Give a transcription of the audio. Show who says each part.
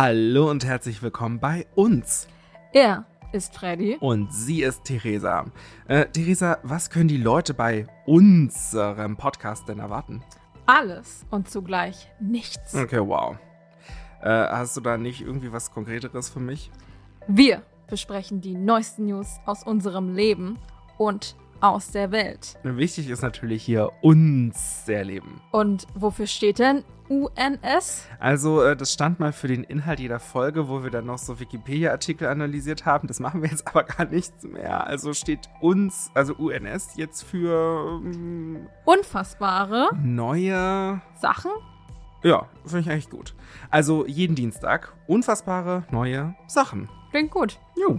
Speaker 1: Hallo und herzlich willkommen bei uns.
Speaker 2: Er ist Freddy.
Speaker 1: Und sie ist Theresa. Äh, Theresa, was können die Leute bei unserem Podcast denn erwarten?
Speaker 2: Alles und zugleich nichts.
Speaker 1: Okay, wow. Äh, hast du da nicht irgendwie was Konkreteres für mich?
Speaker 2: Wir besprechen die neuesten News aus unserem Leben und aus der Welt.
Speaker 1: Wichtig ist natürlich hier uns erleben.
Speaker 2: Und wofür steht denn UNS?
Speaker 1: Also, äh, das stand mal für den Inhalt jeder Folge, wo wir dann noch so Wikipedia-Artikel analysiert haben. Das machen wir jetzt aber gar nichts mehr. Also steht uns, also UNS jetzt für ähm,
Speaker 2: Unfassbare
Speaker 1: neue.
Speaker 2: Sachen?
Speaker 1: Ja, finde ich eigentlich gut. Also jeden Dienstag unfassbare neue Sachen.
Speaker 2: Klingt gut.
Speaker 1: Jo.